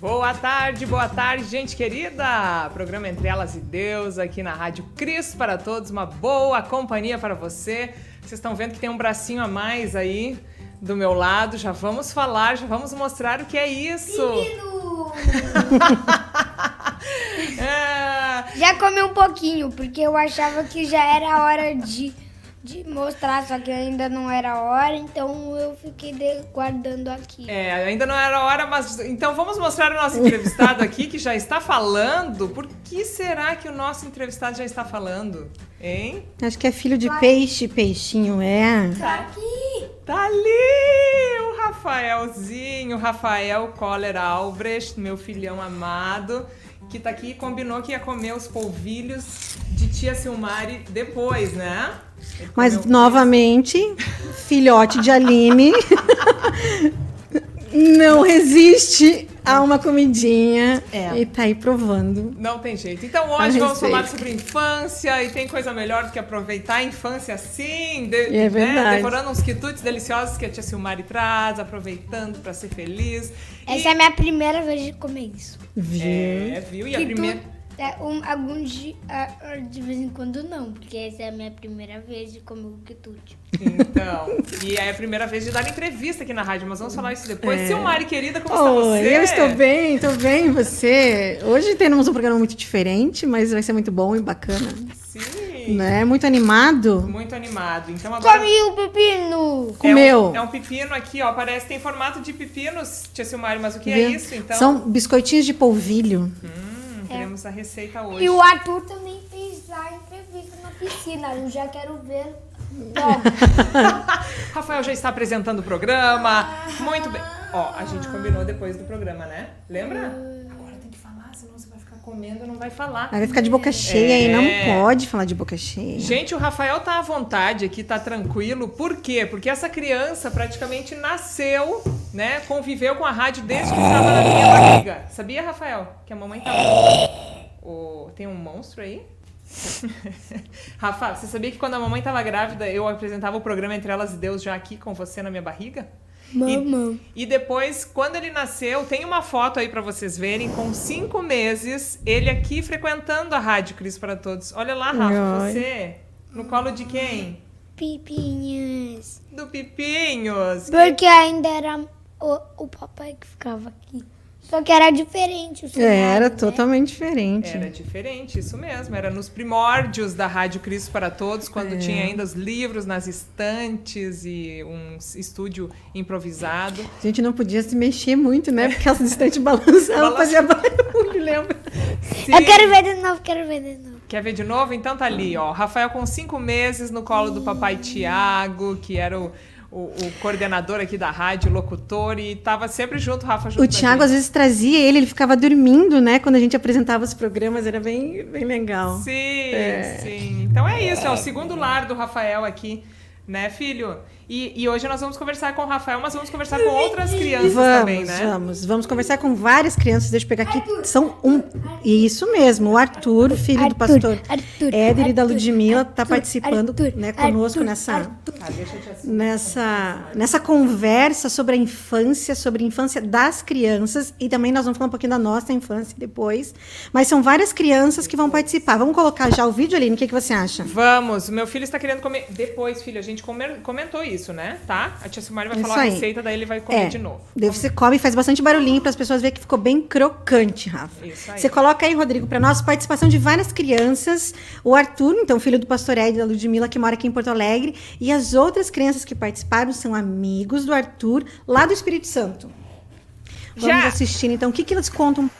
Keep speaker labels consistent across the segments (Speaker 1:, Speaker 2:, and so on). Speaker 1: Boa tarde, boa tarde, gente querida! Programa Entre Elas e Deus aqui na Rádio Cris para todos, uma boa companhia para você. Vocês estão vendo que tem um bracinho a mais aí do meu lado, já vamos falar, já vamos mostrar o que é isso.
Speaker 2: Menino!
Speaker 1: É,
Speaker 2: Já comi um pouquinho, porque eu achava que já era a hora de, de mostrar, só que ainda não era a hora, então eu fiquei de- guardando aqui.
Speaker 1: é, ainda não era a hora, mas então vamos mostrar o nosso entrevistado aqui que já está falando. Por que será que o nosso entrevistado já está falando? Hein?
Speaker 3: Acho que é filho de peixe, peixinho, é.
Speaker 1: Tá ali o Rafaelzinho, Rafael Coller Albrecht, meu filhão amado, que tá aqui e combinou que ia comer os polvilhos de tia Silmari depois, né? Ele
Speaker 3: Mas
Speaker 1: comeu-
Speaker 3: novamente, filhote de Alime. Não resiste a uma comidinha.
Speaker 1: É.
Speaker 3: E tá aí provando.
Speaker 1: Não tem jeito. Então hoje vamos
Speaker 3: respeito.
Speaker 1: falar sobre infância e tem coisa melhor do que aproveitar a infância assim, de-
Speaker 3: É verdade.
Speaker 1: decorando uns quitutes deliciosos que a tia Silmari traz, aproveitando pra ser feliz.
Speaker 2: Essa é a minha primeira vez de comer isso.
Speaker 3: Viu?
Speaker 1: É, viu? E a
Speaker 2: Que
Speaker 1: primeira...
Speaker 2: tu- é, um, algum dia, ah, de vez em quando não, porque essa é a minha primeira vez de comer o quitute.
Speaker 1: Então, e é a primeira vez de dar entrevista aqui na rádio, mas vamos falar isso depois. Silmari, querida, como está
Speaker 3: É. Oi,
Speaker 1: você?
Speaker 3: eu estou bem, estou bem, você. Hoje temos um programa muito diferente, mas vai ser muito bom e bacana.
Speaker 1: Sim,
Speaker 3: Né? Muito animado.
Speaker 1: muito animado. Então agora...
Speaker 2: Comi o pepino!
Speaker 1: É um-
Speaker 3: Comeu.
Speaker 1: É um, pepino aqui, ó. Parece que tem formato de pepinos, tia Silmari, mas o que é
Speaker 3: Viu?
Speaker 1: isso, então?
Speaker 3: São biscoitinhos de polvilho.
Speaker 1: Hum, teremos a receita hoje.
Speaker 2: E o Arthur também fez lá entrevista na piscina, eu já quero ver logo.
Speaker 1: Rafael já está apresentando o programa. Muito bem. Ó, a gente combinou depois do programa, né? Lembra? Agora tem que falar, senão você vai ficar comendo e não vai falar.
Speaker 3: Aí vai ficar de boca cheia e
Speaker 1: É.
Speaker 3: não pode falar de boca cheia.
Speaker 1: Gente, o Rafael tá à vontade aqui, tá tranquilo. Por quê? Porque essa criança praticamente nasceu, né? Conviveu com a rádio desde que estava na minha barriga. Sabia, Rafael? Que a mamãe tava. Ô, tem um monstro aí? Rafa, você sabia que quando a mamãe tava grávida, eu apresentava o programa Entre Elas e Deus já aqui com você na minha barriga?
Speaker 2: Mamãe.
Speaker 1: E depois, quando ele nasceu, tem uma foto aí pra vocês verem, com cinco meses, ele aqui frequentando a Rádio Cris para Todos. Olha lá, Rafa,
Speaker 3: Ai.
Speaker 1: você. No colo de quem?
Speaker 2: Pipinhas.
Speaker 1: Do Pipinhos.
Speaker 2: Porque ainda era o, o papai que ficava aqui. Só que era diferente o cenário,
Speaker 3: É,
Speaker 2: né?
Speaker 3: era totalmente diferente.
Speaker 1: Era diferente, isso mesmo. Era nos primórdios da Rádio Cris para Todos, quando tinha ainda os livros nas estantes e um estúdio improvisado.
Speaker 3: A gente não podia se mexer muito, né? Porque elas distante balançavam, fazia barulho, lembra?
Speaker 2: Eu quero ver de novo, quero ver de novo.
Speaker 1: Quer ver de novo? Então tá ali, ó. Rafael com cinco meses no colo do papai Tiago, que era o, o, o coordenador aqui da rádio, locutor, e tava sempre junto, Rafa, junto
Speaker 3: O
Speaker 1: com a
Speaker 3: Thiago às vezes trazia ele, ele ficava dormindo, né? Quando a gente apresentava os programas, era bem, bem legal.
Speaker 1: gente. Sim, sim. Então é isso, é o segundo lar do Rafael aqui, né, filho? E, e hoje nós vamos conversar com o Rafael, mas vamos conversar com outras crianças
Speaker 3: Vamos,
Speaker 1: também, né?
Speaker 3: vamos, vamos conversar com várias crianças. Deixa eu pegar aqui. São um. Isso mesmo, o Arthur, filho do
Speaker 2: Arthur,
Speaker 3: pastor
Speaker 2: Arthur,
Speaker 3: Éder e da
Speaker 2: Arthur,
Speaker 3: Ludmilla, tá
Speaker 2: Arthur,
Speaker 3: participando
Speaker 2: Arthur,
Speaker 3: né, conosco
Speaker 2: Arthur,
Speaker 3: nessa.
Speaker 2: Arthur.
Speaker 1: Ah, deixa eu te assistir.
Speaker 3: nessa, nessa conversa sobre a infância, sobre a infância das crianças, e também nós vamos falar um pouquinho da nossa infância depois. Mas são várias crianças que vão participar. Vamos colocar já o vídeo, Aline, o que, que você acha?
Speaker 1: Vamos, o meu filho está querendo comer. Depois, filho, a gente comer- comentou isso, né? Tá? A tia Silmari vai
Speaker 3: Isso
Speaker 1: falar a
Speaker 3: aí.
Speaker 1: receita, daí ele vai comer
Speaker 3: é,
Speaker 1: de novo.
Speaker 3: Daí você come e faz bastante barulhinho para as pessoas verem que ficou bem crocante, Rafa.
Speaker 1: Isso aí.
Speaker 3: Você coloca aí, Rodrigo, para nós participação de várias crianças. O Arthur, então, filho do pastor Ed e da Ludmilla, que mora aqui em Porto Alegre. E as outras crianças que participaram são amigos do Arthur, lá do Espírito Santo. Vamos
Speaker 1: Já.
Speaker 3: assistir, então, o que, que eles contam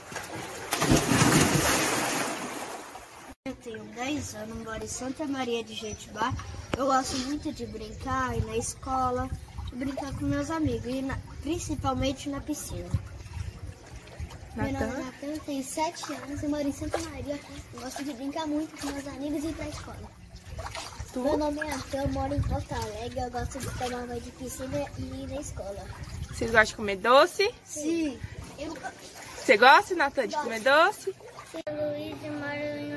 Speaker 4: Eu tenho 10 anos, moro em Santa Maria de Jetibá. Eu gosto muito de brincar, ir na escola, de brincar com meus amigos, e na- principalmente na piscina.
Speaker 5: Meu nome é Natan, eu tenho 7 anos, eu moro em Santa Maria. Eu gosto de brincar muito com meus amigos e ir pra escola. Meu nome é Natan, eu moro em Porto Alegre, eu gosto de tomar banho de piscina e ir na escola.
Speaker 6: Vocês gostam de comer doce?
Speaker 5: Sim. Eu
Speaker 6: Você gosta, Natan, de comer doce?
Speaker 5: sou Luiz, eu moro em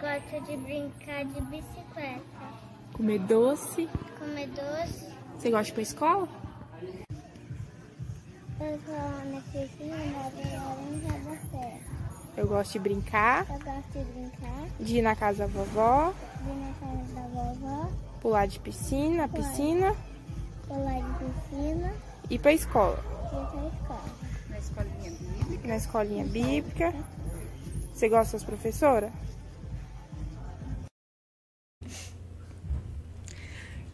Speaker 2: gosto de brincar de bicicleta,
Speaker 6: Comer doce.
Speaker 2: comer doce,
Speaker 6: Você gosta de ir pra escola?
Speaker 2: eu sou Ana Cristina, moro em Laranja da Serra.
Speaker 6: Eu gosto de brincar,
Speaker 2: Eu gosto de brincar,
Speaker 6: de ir na casa da vovó,
Speaker 2: de ir na casa da vovó,
Speaker 6: pular de piscina, a piscina
Speaker 2: pular de piscina
Speaker 6: e ir pra escola.
Speaker 2: e é ir pra escola.
Speaker 6: Na escolinha bíblica. Você gosta das professoras?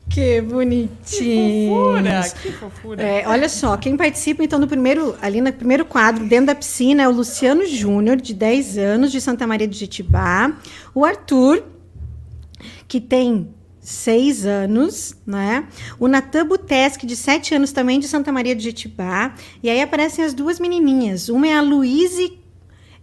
Speaker 3: Que bonitinho.
Speaker 1: Fofura, que fofura.
Speaker 3: É, olha só, quem participa então do primeiro, ali no primeiro quadro, dentro da piscina, é o Luciano Júnior, de 10 anos, de Santa Maria de Jetibá. O Arthur, que tem 6 anos, né? O Natan Butesc, de 7 anos, também de Santa Maria de Jetibá. E aí aparecem as duas menininhas. Uma é a Luíse.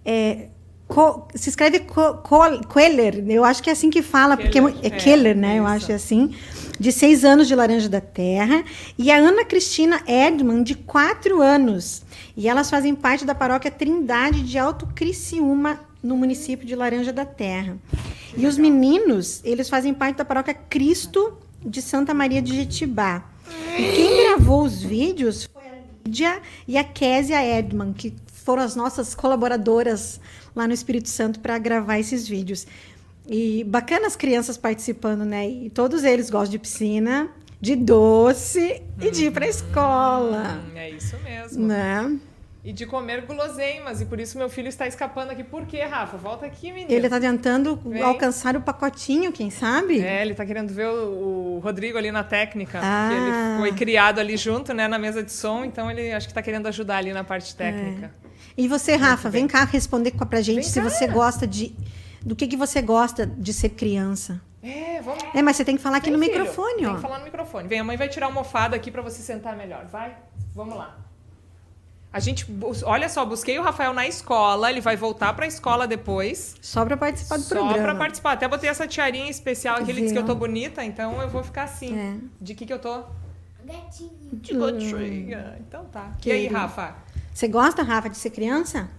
Speaker 3: é, Co- se escreve Co- Col- Queller, eu acho que é assim que fala, porque é mu- é
Speaker 1: Queller, é,
Speaker 3: Keller, né? Eu
Speaker 1: isso.
Speaker 3: acho assim. De seis anos de Laranja da Terra. E a Ana Cristina Edman, de quatro anos. E elas fazem parte da paróquia Trindade de Alto Criciúma, no município de Laranja da Terra. E os meninos, eles fazem parte da paróquia Cristo de Santa Maria de Jetibá. E quem gravou os vídeos foi a Lídia e a Késia Edman, que foram as nossas colaboradoras lá no Espírito Santo para gravar esses vídeos. E bacana as crianças participando, né? E todos eles gostam de piscina, de doce e de ir para escola,
Speaker 1: Hum, é isso mesmo.
Speaker 3: né?
Speaker 1: E de comer guloseimas. E por isso meu filho está escapando aqui. Por quê, Rafa? Volta aqui, menino.
Speaker 3: Ele tá tentando
Speaker 1: Vem.
Speaker 3: alcançar o pacotinho, quem sabe?
Speaker 1: É, ele tá querendo ver o, o Rodrigo ali na técnica.
Speaker 3: Ah.
Speaker 1: porque ele foi criado ali junto, né, na mesa de som, então ele acho que tá querendo ajudar ali na
Speaker 3: É.
Speaker 1: parte técnica.
Speaker 3: E você, Rafa, vem cá responder co- pra gente
Speaker 1: Vem
Speaker 3: se
Speaker 1: cá.
Speaker 3: você gosta de. Do que, que você gosta de ser criança?
Speaker 1: É, vamos
Speaker 3: É, mas você tem que falar aqui
Speaker 1: Vem,
Speaker 3: no
Speaker 1: filho.
Speaker 3: microfone,
Speaker 1: Tem
Speaker 3: ó.
Speaker 1: que falar no microfone. Vem, a mãe vai tirar o mofado aqui pra você sentar melhor. Vai, vamos lá. A gente, bus- olha só, busquei o Rafael na escola, ele vai voltar pra escola depois.
Speaker 3: Só pra participar do
Speaker 1: só
Speaker 3: programa.
Speaker 1: pra participar. Até botei essa tiarinha especial aqui, ele disse que eu tô bonita, então eu vou ficar assim.
Speaker 3: É.
Speaker 1: De que que eu tô?
Speaker 2: Gatinho.
Speaker 1: De lotinha. Então tá. E aí,
Speaker 3: Hum. Querido.
Speaker 1: Rafa?
Speaker 3: Você gosta, Rafa, de ser criança?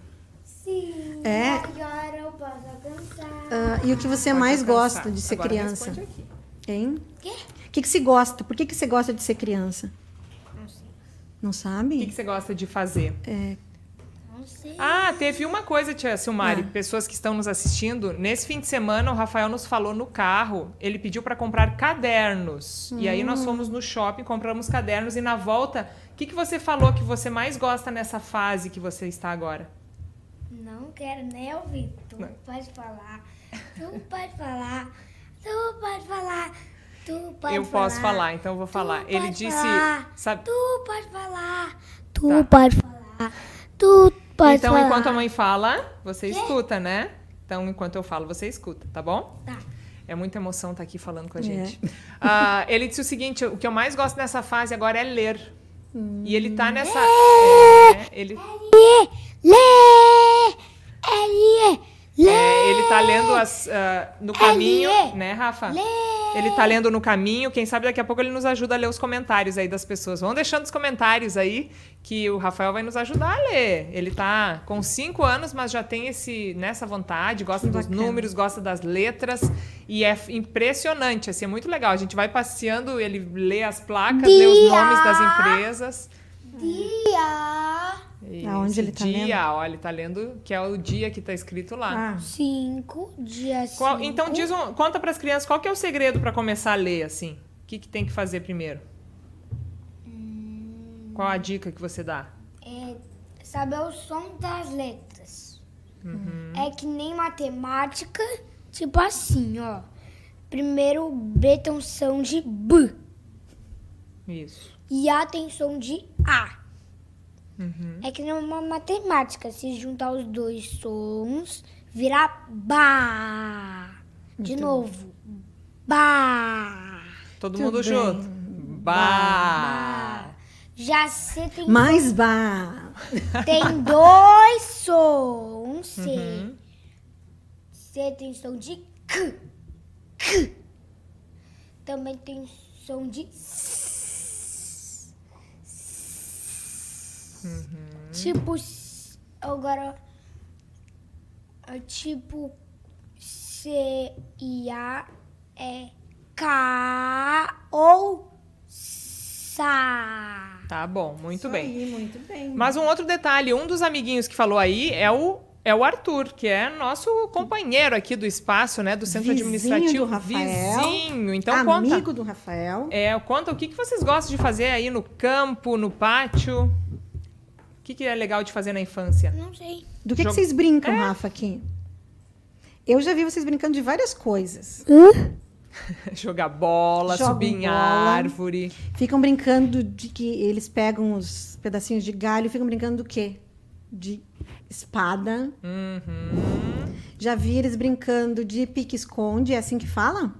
Speaker 2: Sim.
Speaker 3: É.
Speaker 2: Agora eu posso alcançar.
Speaker 3: Ah, e o que você
Speaker 1: Pode
Speaker 3: mais
Speaker 1: alcançar.
Speaker 3: gosta de ser
Speaker 1: Agora
Speaker 3: criança?
Speaker 1: responde aqui.
Speaker 3: Hein? O que, que você gosta? Por que, que você gosta de ser criança? Não
Speaker 1: O que,
Speaker 3: sabe?
Speaker 1: que você gosta de fazer?
Speaker 3: É,
Speaker 2: Não sei.
Speaker 1: Ah, teve uma coisa, tia Silmari.
Speaker 3: Ah.
Speaker 1: Pessoas que estão nos assistindo. Nesse fim de semana, o Rafael nos falou no carro. Ele pediu para comprar cadernos. E aí
Speaker 3: Hum.
Speaker 1: nós fomos no shopping, compramos cadernos. E na volta, o que, que você falou que você mais gosta nessa fase que você está agora?
Speaker 2: Não quero nem ouvir. Tu
Speaker 1: Não.
Speaker 2: pode falar. Tu pode falar. Tu pode falar. Tu pode
Speaker 1: eu
Speaker 2: falar.
Speaker 1: posso falar, então eu vou
Speaker 2: Tu
Speaker 1: falar. Ele
Speaker 2: pode
Speaker 1: disse.
Speaker 2: falar.
Speaker 1: Sabe,
Speaker 2: Tu pode falar. Tu
Speaker 1: Tá.
Speaker 2: pode falar. Tu pode
Speaker 1: então,
Speaker 2: falar.
Speaker 1: enquanto a mãe fala, você escuta, né? Então, enquanto eu falo, você escuta, tá bom?
Speaker 2: Tá.
Speaker 1: É muita emoção estar aqui falando
Speaker 2: É.
Speaker 1: com a gente. Ah, ele disse o seguinte: o que eu mais gosto nessa fase agora é ler. E ele
Speaker 2: Hum.
Speaker 1: tá nessa. É, ele,
Speaker 2: Lê! L-E!
Speaker 1: é, ele tá lendo as, ah,
Speaker 2: É
Speaker 1: no caminho,
Speaker 2: L-E.
Speaker 1: né, Rafa?
Speaker 2: Lê!
Speaker 1: Ele tá lendo no caminho. Quem sabe daqui a pouco ele nos ajuda a ler os comentários aí das pessoas. Vão deixando os comentários aí que o Rafael vai nos ajudar a ler. Ele tá com cinco anos, mas já tem esse nessa vontade, gosta
Speaker 3: Que
Speaker 1: dos
Speaker 3: bacana.
Speaker 1: números, gosta das letras e é f- impressionante, assim, é muito legal. A gente vai passeando, ele lê as placas, lê os nomes das empresas. Dia.
Speaker 3: Aonde ele tá
Speaker 1: dia,
Speaker 3: lendo?
Speaker 1: ó, ele tá lendo que é o dia que tá escrito lá.
Speaker 3: ah,
Speaker 2: Cinco dias.
Speaker 1: Qual- então diz um- conta para as crianças qual que é o segredo para começar a ler assim? O que, que tem que fazer primeiro?
Speaker 3: Hum.
Speaker 1: Qual a dica que você dá?
Speaker 2: É saber o som das letras.
Speaker 1: Uhum.
Speaker 2: É que nem matemática, tipo assim, ó. Primeiro o B tem um som de B
Speaker 1: Isso.
Speaker 2: e A tem som de A. É que nem uma matemática, se juntar os dois sons, vira ba. De novo, ba.
Speaker 1: Todo
Speaker 3: Tudo
Speaker 1: mundo
Speaker 3: bem.
Speaker 1: junto. Bah.
Speaker 2: Já C tem
Speaker 3: mas bah.
Speaker 2: Tem dois sons. Um C. C tem som de K. K. Também tem som de S. Tipo. s- Agora. é Tipo. s- C-I-A-E-K ou Sa.
Speaker 1: Tá bom, muito
Speaker 3: Isso
Speaker 1: bem.
Speaker 3: aí, muito bem.
Speaker 1: Mas um outro detalhe, um dos amiguinhos que falou aí é o é o Arthur, que é nosso companheiro aqui do espaço, né, do centro
Speaker 3: Vizinho
Speaker 1: administrativo,
Speaker 3: do Rafael.
Speaker 1: vizinho. Então
Speaker 3: Amigo
Speaker 1: conta.
Speaker 3: do Rafael.
Speaker 1: É, conta o que, que vocês gostam de fazer aí no campo, no pátio? O que, que é legal de fazer na infância?
Speaker 5: Não sei.
Speaker 3: Do que, que
Speaker 1: Jogo-
Speaker 3: vocês
Speaker 1: É.
Speaker 3: brincam, Rafa, aqui? Eu já vi vocês brincando de várias coisas.
Speaker 1: Jogar bola,
Speaker 3: Jogam
Speaker 1: subir em
Speaker 3: bola.
Speaker 1: árvore.
Speaker 3: Ficam brincando de que eles pegam os pedacinhos de galho, ficam brincando do quê? De espada.
Speaker 1: Uhum.
Speaker 3: Já vi eles brincando de pique-esconde, é assim que fala?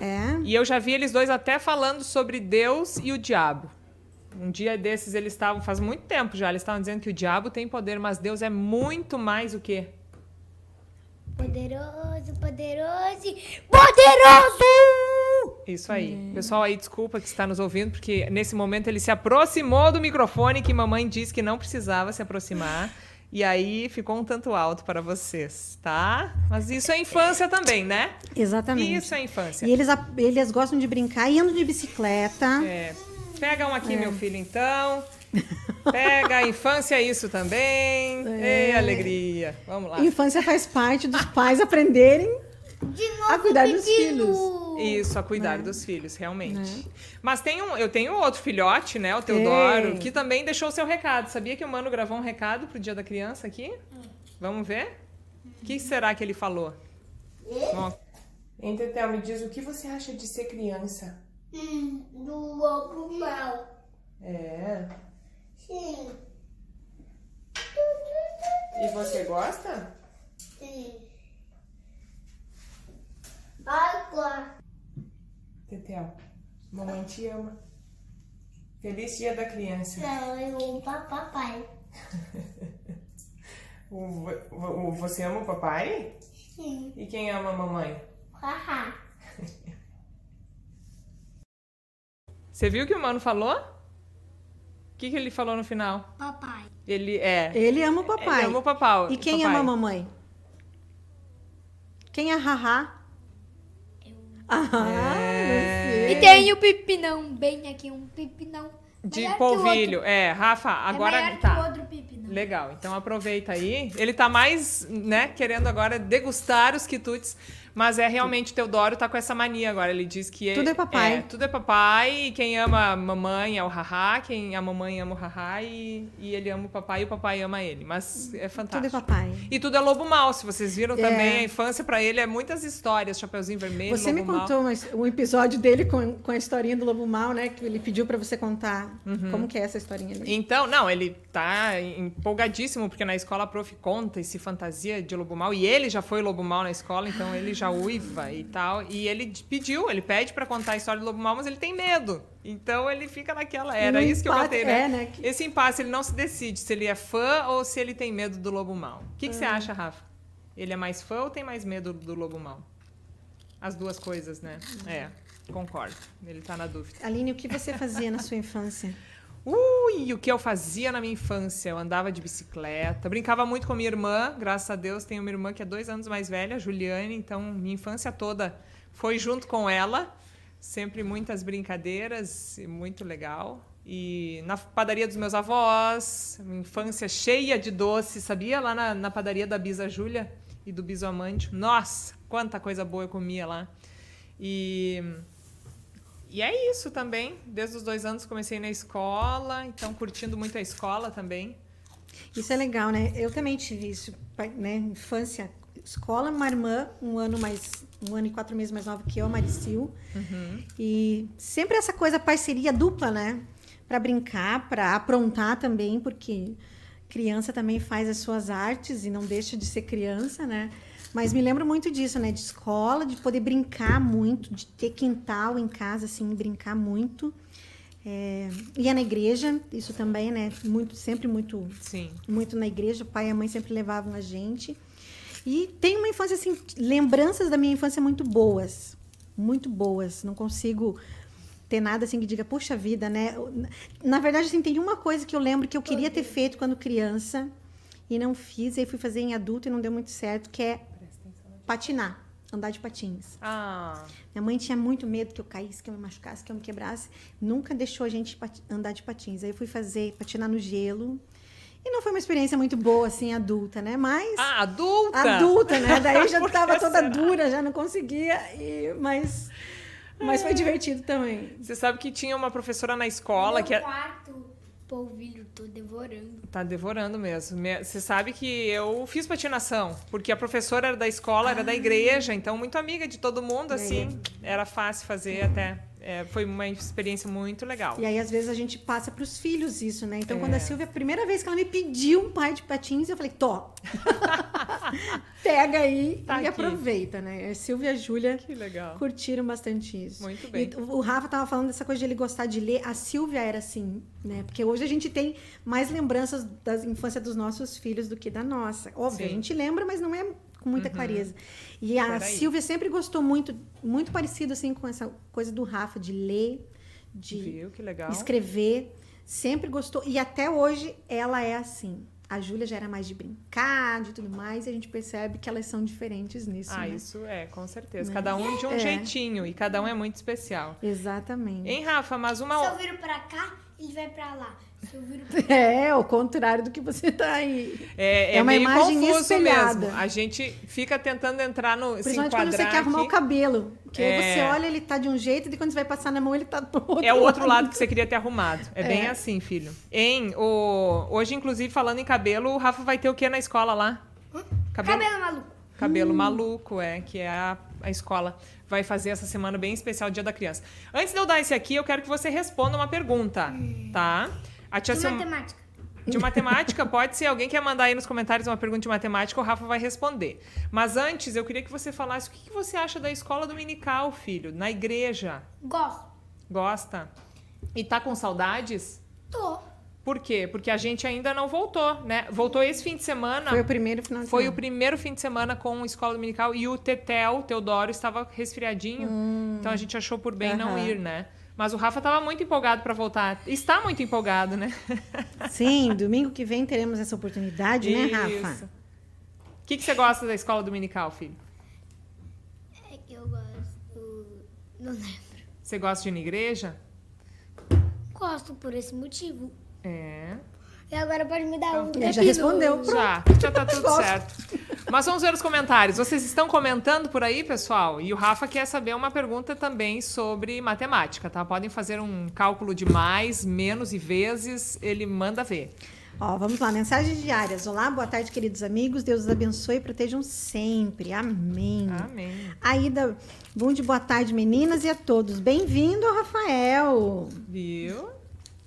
Speaker 3: É.
Speaker 1: E eu já vi eles dois até falando sobre Deus e o diabo. Um dia desses eles estavam, faz muito tempo já, eles estavam dizendo que o diabo tem poder, mas Deus é muito mais o quê?
Speaker 5: Poderoso, poderoso, e poderoso!
Speaker 1: Isso aí. Pessoal aí, desculpa que está nos ouvindo, porque nesse momento ele se aproximou do microfone que mamãe disse que não precisava se aproximar. E aí ficou um tanto alto para vocês, tá? Mas isso é infância também, né?
Speaker 3: Exatamente.
Speaker 1: Isso é infância.
Speaker 3: E eles, a- eles gostam de brincar e andam de bicicleta.
Speaker 1: É, pega um aqui, meu filho, então. Pega a infância, é isso também. Ei, alegria. Vamos lá.
Speaker 3: Infância faz parte dos pais aprenderem a cuidar dos filhos.
Speaker 1: Isso, a cuidar dos filhos, realmente. Mas tem um, eu tenho outro filhote, né? O
Speaker 3: Tem.
Speaker 1: Teodoro, que também deixou o seu recado. Sabia que o Mano gravou um recado pro Dia da Criança aqui? Vamos ver? O que será que ele falou? Ó,
Speaker 7: Hein, Tetel, Então, me diz o que você acha de ser criança?
Speaker 5: Hum, Do lobo mal.
Speaker 7: É.
Speaker 5: Sim,
Speaker 7: E você gosta?
Speaker 5: sim. Água.
Speaker 7: Tetel, mamãe te ama. Feliz dia da criança.
Speaker 5: Não, eu amo um papai.
Speaker 7: O, vo- o- você ama o papai?
Speaker 5: Sim.
Speaker 7: E quem ama a mamãe?
Speaker 5: Haha.
Speaker 1: Você viu o que o Mano falou? O que, que ele falou no final?
Speaker 5: Papai.
Speaker 1: Ele é.
Speaker 3: Ele ama o papai.
Speaker 1: Ele ama o papai.
Speaker 3: E quem
Speaker 1: papai.
Speaker 3: ama a mamãe? Quem é Haha? Ah,
Speaker 2: E tem o pipinão, bem aqui, um pipinão.
Speaker 1: De
Speaker 2: maior que o
Speaker 1: polvilho. É, Rafa,
Speaker 2: outro.
Speaker 1: agora
Speaker 2: é maior
Speaker 1: tá.
Speaker 2: que o outro pipinão.
Speaker 1: Legal, então aproveita aí. Ele tá mais, né, querendo agora degustar os quitutes, mas é realmente Teodoro tá com essa mania agora. Ele diz que
Speaker 3: Tudo é papai.
Speaker 1: tudo é papai, e quem ama a mamãe é o haha, quem a mamãe ama o haha e, e ele ama o papai e o papai ama ele. Mas é
Speaker 3: tudo é
Speaker 1: fantástico.
Speaker 3: papai.
Speaker 1: E tudo é lobo mal, se vocês viram também,
Speaker 3: É.
Speaker 1: a infância pra ele é muitas histórias, Chapeuzinho Vermelho,
Speaker 3: Você me
Speaker 1: lobo mau.
Speaker 3: contou uma- um episódio dele com, com a historinha do Lobo Mal, né? Que ele pediu pra você contar.
Speaker 1: Uhum.
Speaker 3: Como que é essa historinha ali?
Speaker 1: Então, não, ele tá empolgadíssimo, porque na escola a prof conta esse fantasia de lobo mal, e ele já foi lobo mal na escola, então ele já uiva e tal. E ele d- pediu, ele pede pra contar a história do lobo mal, mas ele tem medo. Então ele fica naquela, era
Speaker 3: No
Speaker 1: isso que eu
Speaker 3: empate,
Speaker 1: contei, né?
Speaker 3: é, né? Que-
Speaker 1: Esse impasse, ele não se decide se ele é fã ou se ele tem medo do lobo mal. O que, que
Speaker 3: Ah.
Speaker 1: você acha, Rafa? Ele é mais fã ou tem mais medo do lobo mal? As duas coisas, né? É, concordo. Ele tá na dúvida.
Speaker 3: Aline, o que você fazia na sua infância?
Speaker 1: Ui, o que eu fazia na minha infância? Eu andava de bicicleta, brincava muito com minha irmã, graças a Deus. Tenho uma irmã que é dois anos mais velha, a Juliane, então minha infância toda foi junto com ela. Sempre muitas brincadeiras, e muito legal. E na padaria dos meus avós, uma infância cheia de doces, sabia? Lá na, na padaria da Bisa Júlia e do Biso Amante. Nossa, quanta coisa boa eu comia lá. E e é isso também. Desde os dois anos comecei na escola, então curtindo muito a escola também.
Speaker 3: Isso é legal, né? Eu também tive isso, pa- né? Infância, escola, uma irmã, um ano mais, um ano e quatro meses mais nova que eu, a Maricil. E sempre essa coisa, parceria dupla, né? Pra brincar, pra aprontar também, porque criança também faz as suas artes e não deixa de ser criança, né? Mas me lembro muito disso, né? De escola, de poder brincar muito, de ter quintal em casa, assim, brincar muito. É, ia na igreja, isso também, né? Muito, sempre muito
Speaker 1: Sim.
Speaker 3: muito na igreja, o pai e a mãe sempre levavam a gente. E tem uma infância assim, lembranças da minha infância muito boas, muito boas. Não consigo ter nada assim que diga, puxa vida, né? Na verdade, assim, tem uma coisa que eu lembro que eu queria ter feito quando criança e não fiz, aí fui fazer em adulto e não deu muito certo, que é patinar, andar de patins.
Speaker 1: Ah,
Speaker 3: Minha mãe tinha muito medo que eu caísse, que eu me machucasse, que eu me quebrasse. Nunca deixou a gente pati- andar de patins. Aí eu fui fazer patinar no gelo. E não foi uma experiência muito boa, assim, adulta, né? Mas.
Speaker 1: ah adulta?
Speaker 3: adulta, né? Daí eu já
Speaker 1: Por que
Speaker 3: tava toda
Speaker 1: será?
Speaker 3: dura, já não conseguia, e- mas, mas foi divertido também.
Speaker 1: Você sabe que tinha uma professora na escola que... é-
Speaker 2: Meu
Speaker 1: a-
Speaker 2: quarto, polvilho, tô devorando.
Speaker 1: Tá devorando mesmo. Me- Você sabe que eu fiz patinação, porque a professora era da escola, era
Speaker 3: Ah.
Speaker 1: da igreja, então muito amiga de todo mundo, assim. Era fácil fazer até. É, foi uma experiência muito legal.
Speaker 3: E aí, às vezes, a gente passa pros filhos isso, né? Então,
Speaker 1: É.
Speaker 3: quando a Silvia, a primeira vez que ela me pediu um par de patins, eu falei, tô! Pega aí
Speaker 1: Tá
Speaker 3: e
Speaker 1: aqui.
Speaker 3: aproveita, né? A Silvia e a Júlia
Speaker 1: Que legal.
Speaker 3: curtiram bastante isso.
Speaker 1: Muito bem.
Speaker 3: E Então, o o Rafa tava falando dessa coisa de ele gostar de ler. A Silvia era assim, né? Porque hoje a gente tem mais lembranças da infância dos nossos filhos do que da nossa. Óbvio,
Speaker 1: Sim. Uhum.
Speaker 3: a gente lembra, mas não é com muita clareza. E a
Speaker 1: Por aí.
Speaker 3: Silvia sempre gostou muito, muito parecido assim com essa coisa do Rafa de ler, de
Speaker 1: Viu? Que legal.
Speaker 3: escrever. Sempre gostou. E até hoje ela é assim. A Júlia já era mais de brincar, de tudo mais, e a gente percebe que elas são diferentes nisso.
Speaker 1: Ah,
Speaker 3: né?
Speaker 1: isso é, com certeza.
Speaker 3: Né?
Speaker 1: Cada um de um
Speaker 3: É.
Speaker 1: jeitinho, e cada um é muito especial.
Speaker 3: Exatamente.
Speaker 1: Hein, Rafa? Mas
Speaker 2: Se eu
Speaker 1: uma.
Speaker 2: viro pra cá, ele vai pra lá. Se eu
Speaker 1: Tá
Speaker 2: viro pra
Speaker 3: É, ao contrário do que você tá aí.
Speaker 1: É,
Speaker 3: é uma
Speaker 1: meio
Speaker 3: imagem
Speaker 1: confuso
Speaker 3: espelhada.
Speaker 1: mesmo. A gente fica tentando entrar no. Se
Speaker 3: Principalmente quando você
Speaker 1: enquadrar
Speaker 3: quer arrumar
Speaker 1: aqui.
Speaker 3: o cabelo. Porque aí
Speaker 1: É.
Speaker 3: você olha, ele tá de um jeito, e quando você vai passar na mão, ele tá do outro
Speaker 1: É o outro lado que você queria ter arrumado. É, bem assim, filho. Hein, o... hoje, inclusive, falando em cabelo, o Rafa vai ter o que na escola lá?
Speaker 2: cá. Cabelo Hum. maluco.
Speaker 1: Cabelo maluco, é, que é a, a escola vai fazer essa semana bem especial, Dia da Criança. Antes de eu dar esse aqui, eu quero que você responda uma pergunta, tá? A tia
Speaker 2: De
Speaker 1: Sil-
Speaker 2: matemática.
Speaker 1: de matemática, pode ser. Alguém quer mandar aí nos comentários uma pergunta de matemática, o Rafa vai responder. Mas antes, eu queria que você falasse o que, que você acha da escola dominical, filho, na igreja.
Speaker 2: Gosto.
Speaker 1: Gosta? E tá com saudades?
Speaker 2: Tô.
Speaker 1: Por quê? Porque a gente ainda não voltou, né? Voltou esse fim de semana.
Speaker 3: Foi
Speaker 1: Foi,
Speaker 3: o primeiro final de
Speaker 1: o
Speaker 3: semana.
Speaker 1: primeiro fim de semana com escola dominical e o Tetel, o Teodoro, estava resfriadinho. Então a gente achou por bem não
Speaker 3: Hum. Aham.
Speaker 1: ir, né? Mas o Rafa estava muito empolgado para voltar. Está muito empolgado, né?
Speaker 3: Sim, domingo que vem teremos essa oportunidade, né, Rafa?
Speaker 1: O que, que você gosta da escola dominical, filho?
Speaker 5: É que eu gosto. Não lembro.
Speaker 1: Você gosta de ir na igreja?
Speaker 2: Gosto por esse motivo.
Speaker 1: É.
Speaker 5: E agora pode me dar um.
Speaker 3: Ele
Speaker 2: É
Speaker 3: já respondeu.
Speaker 1: Já, já tá tudo certo. Mas vamos ver os comentários. Vocês estão comentando por aí, pessoal? E o Rafa quer saber uma pergunta também sobre matemática, tá? Podem fazer um cálculo de mais, menos e vezes, ele manda ver.
Speaker 3: Ó, vamos lá, mensagens diárias. Olá, boa tarde, queridos amigos. Deus os abençoe e protejam sempre. Amém.
Speaker 1: Ah. Amém.
Speaker 3: Aida, bom de boa tarde, meninas e a todos. Bem-vindo, Rafael.
Speaker 1: Viu?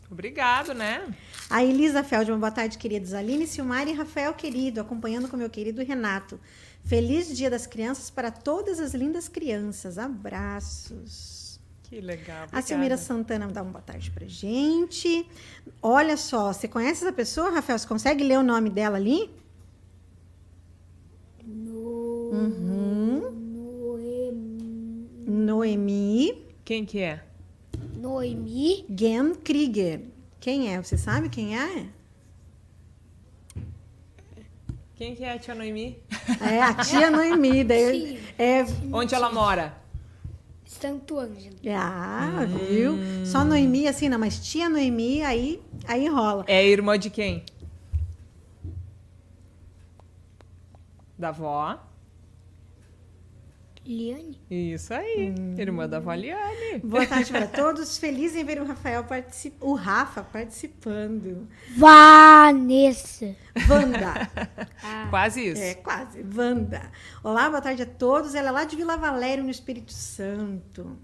Speaker 1: Obrigado, né?
Speaker 3: A Elisa Feldman, boa tarde, queridos. Aline, Silmar e Rafael, querido, acompanhando com meu querido Renato. Feliz Dia das Crianças para todas as lindas crianças. Abraços.
Speaker 1: Que legal.
Speaker 3: A Silmira Santana dá uma boa tarde pra gente. Olha só, você conhece essa pessoa, Rafael? Você consegue ler o nome dela ali? Uhum. Noemi
Speaker 1: Quem que é?
Speaker 5: Noemi.
Speaker 3: Gen Krieger. Quem é? Você sabe quem é?
Speaker 1: Quem que é a tia Noemi?
Speaker 3: É a tia Noemi. Daí, é,
Speaker 1: Onde ela mora?
Speaker 2: Santo Ângelo.
Speaker 3: Ah, viu? Só Noemi, assim, não, mas tia Noemi, aí, aí rola.
Speaker 1: É irmã de quem? Da vó.
Speaker 2: Liane?
Speaker 1: Isso aí.
Speaker 3: Hum.
Speaker 1: Irmã da Valiane.
Speaker 3: Boa tarde para todos. Feliz em ver o Rafael particip... o Rafa participando.
Speaker 2: Vanessa.
Speaker 3: Wanda.
Speaker 1: Quase isso.
Speaker 3: É, quase. Wanda. Olá, boa tarde a todos. Ela é lá de Vila Valério, no Espírito Santo.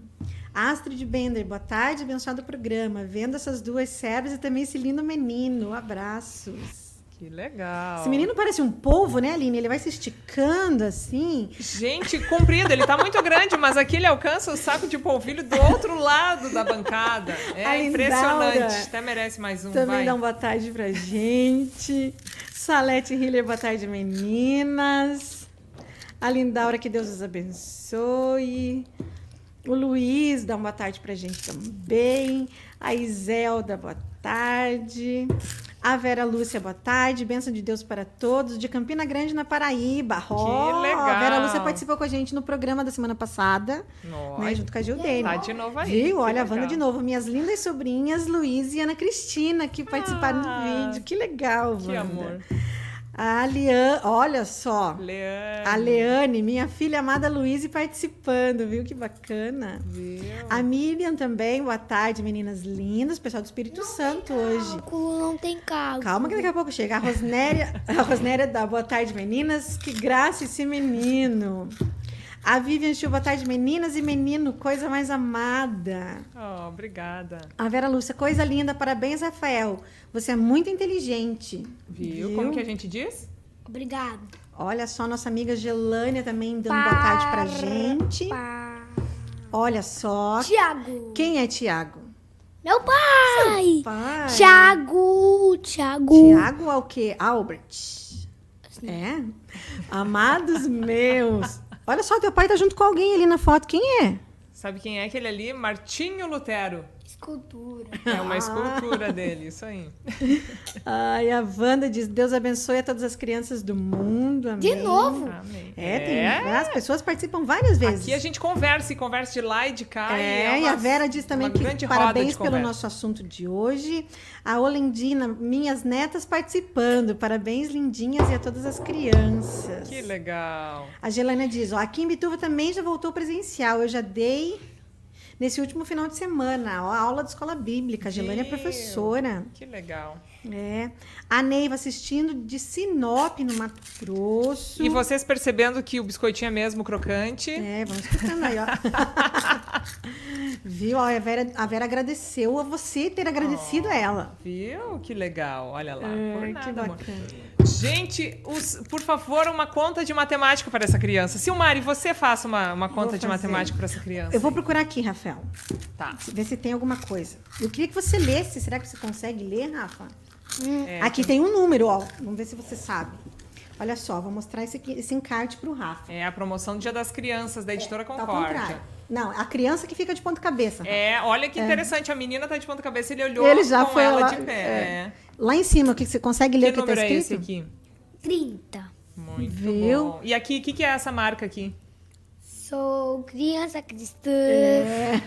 Speaker 3: Astrid Bender, boa tarde, abençoado programa. Vendo essas duas servas e também esse lindo menino. Abraços.
Speaker 1: Que legal.
Speaker 3: Esse menino parece um polvo, né, Aline? Ele vai se esticando assim.
Speaker 1: Gente, comprido, ele tá muito grande, mas aqui ele alcança o saco de polvilho do outro lado da bancada. É
Speaker 3: A
Speaker 1: impressionante.
Speaker 3: Lindaura.
Speaker 1: Até merece mais um,
Speaker 3: Também
Speaker 1: vai.
Speaker 3: dá uma boa tarde pra gente. Salete Hiller, boa tarde, meninas. A Lindaura, que Deus os abençoe. O Luiz, dá uma boa tarde pra gente também. A Iselda, boa tarde. A Vera Lúcia, boa tarde. Bênção de Deus para todos. De Campina Grande, na Paraíba. Ó,
Speaker 1: legal.
Speaker 3: A Vera Lúcia participou com a gente no programa da semana passada,
Speaker 1: Nossa,
Speaker 3: né, junto com a Gildene.
Speaker 1: tá de novo aí.
Speaker 3: Viu?
Speaker 1: que
Speaker 3: Olha, a
Speaker 1: legal.
Speaker 3: Wanda de novo. Minhas lindas sobrinhas, Luiz e Ana Cristina, que
Speaker 1: Ah,
Speaker 3: participaram do vídeo. Que legal,
Speaker 1: Que
Speaker 3: Wanda.
Speaker 1: amor.
Speaker 3: A Liane, olha só.
Speaker 1: Leandro.
Speaker 3: A Leane, minha filha amada Luiz, participando, viu? Que bacana.
Speaker 1: Viu?
Speaker 3: A Miriam também, boa tarde, meninas lindas. Pessoal do Espírito Santo hoje.
Speaker 2: Cálculo não tem cálculo.
Speaker 3: Calma que daqui a pouco chega. A Rosnéria, a Rosnéria da Boa Tarde Meninas, que graça esse menino. A Vivian Chu, boa tarde meninas e menino, coisa mais amada.
Speaker 1: Oh, obrigada.
Speaker 3: A Vera Lúcia, coisa linda, parabéns Rafael, você é muito inteligente.
Speaker 1: Viu? Como que a gente diz?
Speaker 2: Obrigado.
Speaker 3: Olha só, nossa amiga Gelânia também dando boa tarde pra gente. Olha só.
Speaker 2: Tiago.
Speaker 3: Quem é Tiago?
Speaker 2: Meu pai.
Speaker 3: Pai.
Speaker 2: Tiago. Tiago.
Speaker 3: Tiago ao quê? Albert. É? Amados meus. Olha só, teu pai tá junto com alguém ali na foto. Quem é?
Speaker 1: Sabe quem é aquele ali? Martinho Lutero.
Speaker 2: Escultura.
Speaker 1: É
Speaker 3: Ah.
Speaker 1: uma escultura dele, isso aí.
Speaker 3: Ai, a Wanda diz: Deus abençoe a todas as crianças do mundo. Amém.
Speaker 2: De novo?
Speaker 1: Amém.
Speaker 3: É, tem,
Speaker 1: É.
Speaker 3: as pessoas participam várias vezes.
Speaker 1: Aqui a gente conversa e conversa de lá e de cá.
Speaker 3: É,
Speaker 1: e,
Speaker 3: e a Vera diz também
Speaker 1: uma grande
Speaker 3: que
Speaker 1: roda
Speaker 3: parabéns
Speaker 1: de
Speaker 3: pelo
Speaker 1: conversa.
Speaker 3: nosso assunto de hoje. A Olendina, minhas netas participando. Parabéns, lindinhas, e a todas as crianças.
Speaker 1: Que legal.
Speaker 3: A Gelânia diz, ó, aqui em Bituva também já voltou presencial. Eu já dei nesse último final de semana, ó, a aula de escola bíblica. A Gelânia é
Speaker 1: Meu.
Speaker 3: professora.
Speaker 1: Que legal.
Speaker 3: É. A Neiva assistindo de Sinop, no Mato Grosso.
Speaker 1: E vocês percebendo que o biscoitinho é mesmo crocante.
Speaker 3: É, vamos escutando aí, ó. Viu? Ó, a, Vera, a Vera agradeceu a você ter agradecido a ela.
Speaker 1: Viu? Que legal. Olha lá. Por
Speaker 3: Ai,
Speaker 1: nada, amor.
Speaker 3: É, bacana.
Speaker 1: Gente, os- por favor, uma conta de matemática para essa criança. Silmari, você faça uma, uma conta de
Speaker 3: fazer.
Speaker 1: matemática para essa criança.
Speaker 3: Eu vou procurar aqui, Rafael.
Speaker 1: Tá.
Speaker 3: Ver se tem alguma coisa. Eu queria que você lesse. Será que você consegue ler, Rafa?
Speaker 1: É,
Speaker 3: aqui tem um número, ó. Vamos ver se você sabe. Olha só, vou mostrar esse, aqui- esse encarte pro Rafa.
Speaker 1: É a promoção do Dia das Crianças, da Editora
Speaker 3: Tá ao contrário.
Speaker 1: Concórdia.
Speaker 3: Não, a criança que fica de ponta cabeça.
Speaker 1: É, olha que interessante. A menina tá de ponta cabeça, ele olhou
Speaker 3: Ele já
Speaker 1: com
Speaker 3: foi
Speaker 1: ela
Speaker 3: lá,
Speaker 1: de pé. É.
Speaker 3: Lá em cima, o que você consegue ler
Speaker 1: Que
Speaker 3: o que tá
Speaker 1: número é esse
Speaker 3: escrito?
Speaker 1: aqui?
Speaker 2: 30.
Speaker 1: Muito
Speaker 3: Viu?
Speaker 1: bom. E aqui, o que, que é essa marca aqui?
Speaker 2: Sou criança cristã.
Speaker 3: É.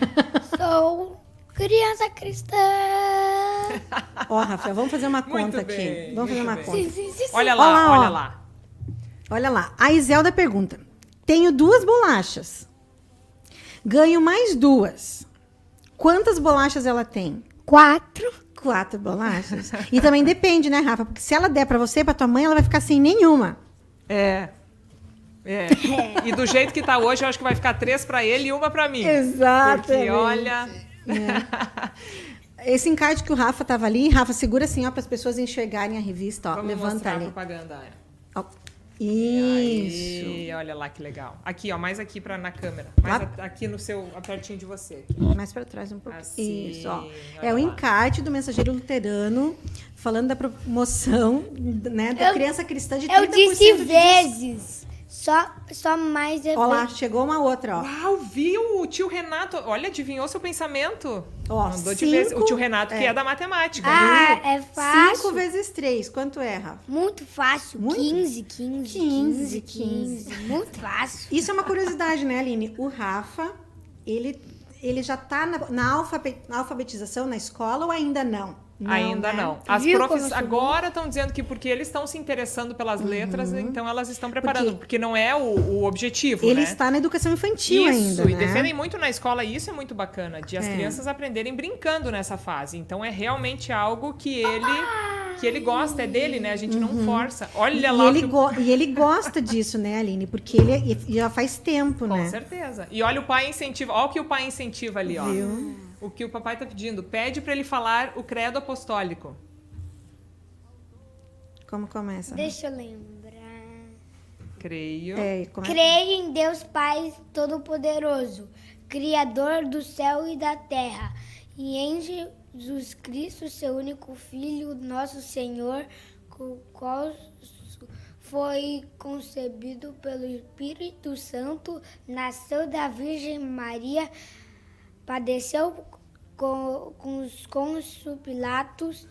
Speaker 2: Sou criança cristã.
Speaker 3: Ó, Rafael, vamos fazer uma
Speaker 1: Muito bem,
Speaker 3: conta aqui. Vamos fazer
Speaker 1: muito
Speaker 3: uma
Speaker 1: bem.
Speaker 3: conta.
Speaker 2: Sim, sim, sim, sim.
Speaker 1: Olha lá,
Speaker 3: Olha lá,
Speaker 1: olha
Speaker 3: ó.
Speaker 1: lá.
Speaker 3: Olha lá, a Iselda pergunta: Tenho duas bolachas. Ganho mais duas. Quantas bolachas ela tem?
Speaker 2: Quatro.
Speaker 3: Quatro bolachas. E também depende, né, Rafa? Porque se ela der pra você, e pra tua mãe, ela vai ficar sem nenhuma.
Speaker 1: É. É. E do jeito que tá hoje, eu acho que vai ficar três pra ele e uma pra mim. Porque
Speaker 3: Exatamente. É.
Speaker 1: olha.
Speaker 3: Esse encarte que o Rafa tava ali, Rafa, segura assim, ó, para as pessoas enxergarem a revista, ó.
Speaker 1: Vamos
Speaker 3: Levanta
Speaker 1: mostrar a
Speaker 3: ali.
Speaker 1: propaganda. é.
Speaker 3: Ó. Isso.
Speaker 1: E olha lá que legal. Aqui, ó, mais aqui pra, na câmera.
Speaker 3: Lá.
Speaker 1: Mais a- aqui no seu, pertinho de você. aqui.
Speaker 3: Mais para trás um pouquinho.
Speaker 1: Assim,
Speaker 3: Isso, ó.
Speaker 1: olha
Speaker 3: É o
Speaker 1: lá.
Speaker 3: encarte do mensageiro luterano falando da promoção, né, da criança cristã de 30%
Speaker 2: Eu disse
Speaker 3: de
Speaker 2: vezes. Só, só mais é eu.
Speaker 3: Ó lá, chegou uma outra, ó.
Speaker 1: Uau, viu? O tio Renato, olha, adivinhou seu pensamento.
Speaker 3: Ó,
Speaker 1: Mandou de
Speaker 3: cinco-
Speaker 1: vez. O tio Renato, que é da matemática.
Speaker 2: Ah, é fácil.
Speaker 3: 5 vezes 3, quanto é, Rafa?
Speaker 2: Muito fácil.
Speaker 3: Muito?
Speaker 2: 15, 15, 15,
Speaker 3: 15,
Speaker 2: 15. Muito fácil.
Speaker 3: Isso é uma curiosidade, né, Aline? O Rafa, ele, ele já tá na, na alfabe- na alfabetização na escola ou ainda não?
Speaker 1: Ainda
Speaker 3: né?
Speaker 1: não. As
Speaker 2: Viu
Speaker 1: profs
Speaker 2: como eu sou
Speaker 1: agora estão dizendo que porque eles estão se interessando pelas letras, então elas estão preparando, porque,
Speaker 3: Porque-
Speaker 1: não é o, o objetivo,
Speaker 3: Ele
Speaker 1: né?
Speaker 3: está na educação infantil
Speaker 1: Isso,
Speaker 3: ainda.
Speaker 1: e
Speaker 3: né?
Speaker 1: defendem muito na escola, e isso é muito bacana, de as crianças aprenderem brincando nessa fase. Então é realmente algo que ele que ele gosta, é dele, né? A gente não força. Olha
Speaker 3: e
Speaker 1: lá o
Speaker 3: ele,
Speaker 1: que o-
Speaker 3: go- e ele gosta disso, né, Aline? Porque ele e- já faz tempo,
Speaker 1: Com
Speaker 3: né?
Speaker 1: certeza. E olha o pai incentiva, olha o que o pai incentiva ali, ó. O que o papai tá pedindo? Pede para ele falar o credo apostólico.
Speaker 3: Como começa?
Speaker 2: Deixa eu lembrar.
Speaker 1: Creio.
Speaker 3: É, como é?
Speaker 2: Creio em Deus Pai Todo-Poderoso, Criador do céu e da terra, e em Jesus Cristo, seu único Filho, nosso Senhor, o qual foi concebido pelo Espírito Santo, nasceu da Virgem Maria, padeceu com, com os cônsul Pilatos,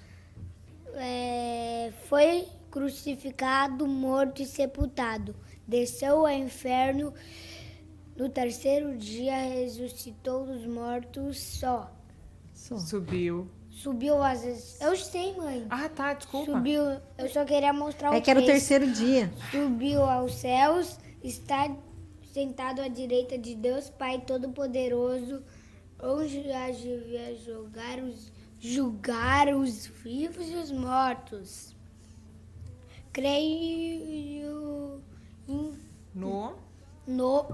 Speaker 2: é, foi crucificado, morto e sepultado. Desceu ao inferno. No terceiro dia ressuscitou dos mortos só.
Speaker 3: Só.
Speaker 1: Subiu.
Speaker 2: Subiu às vezes. Eu sei, mãe.
Speaker 1: Ah, tá, desculpa.
Speaker 2: Subiu. Eu só queria mostrar o
Speaker 3: É que era o
Speaker 2: texto.
Speaker 3: terceiro dia.
Speaker 2: Subiu aos céus, está sentado à direita de Deus Pai Todo-Poderoso, onde há de vir julgar os, julgar os vivos e os mortos. Creio em-
Speaker 1: No
Speaker 2: no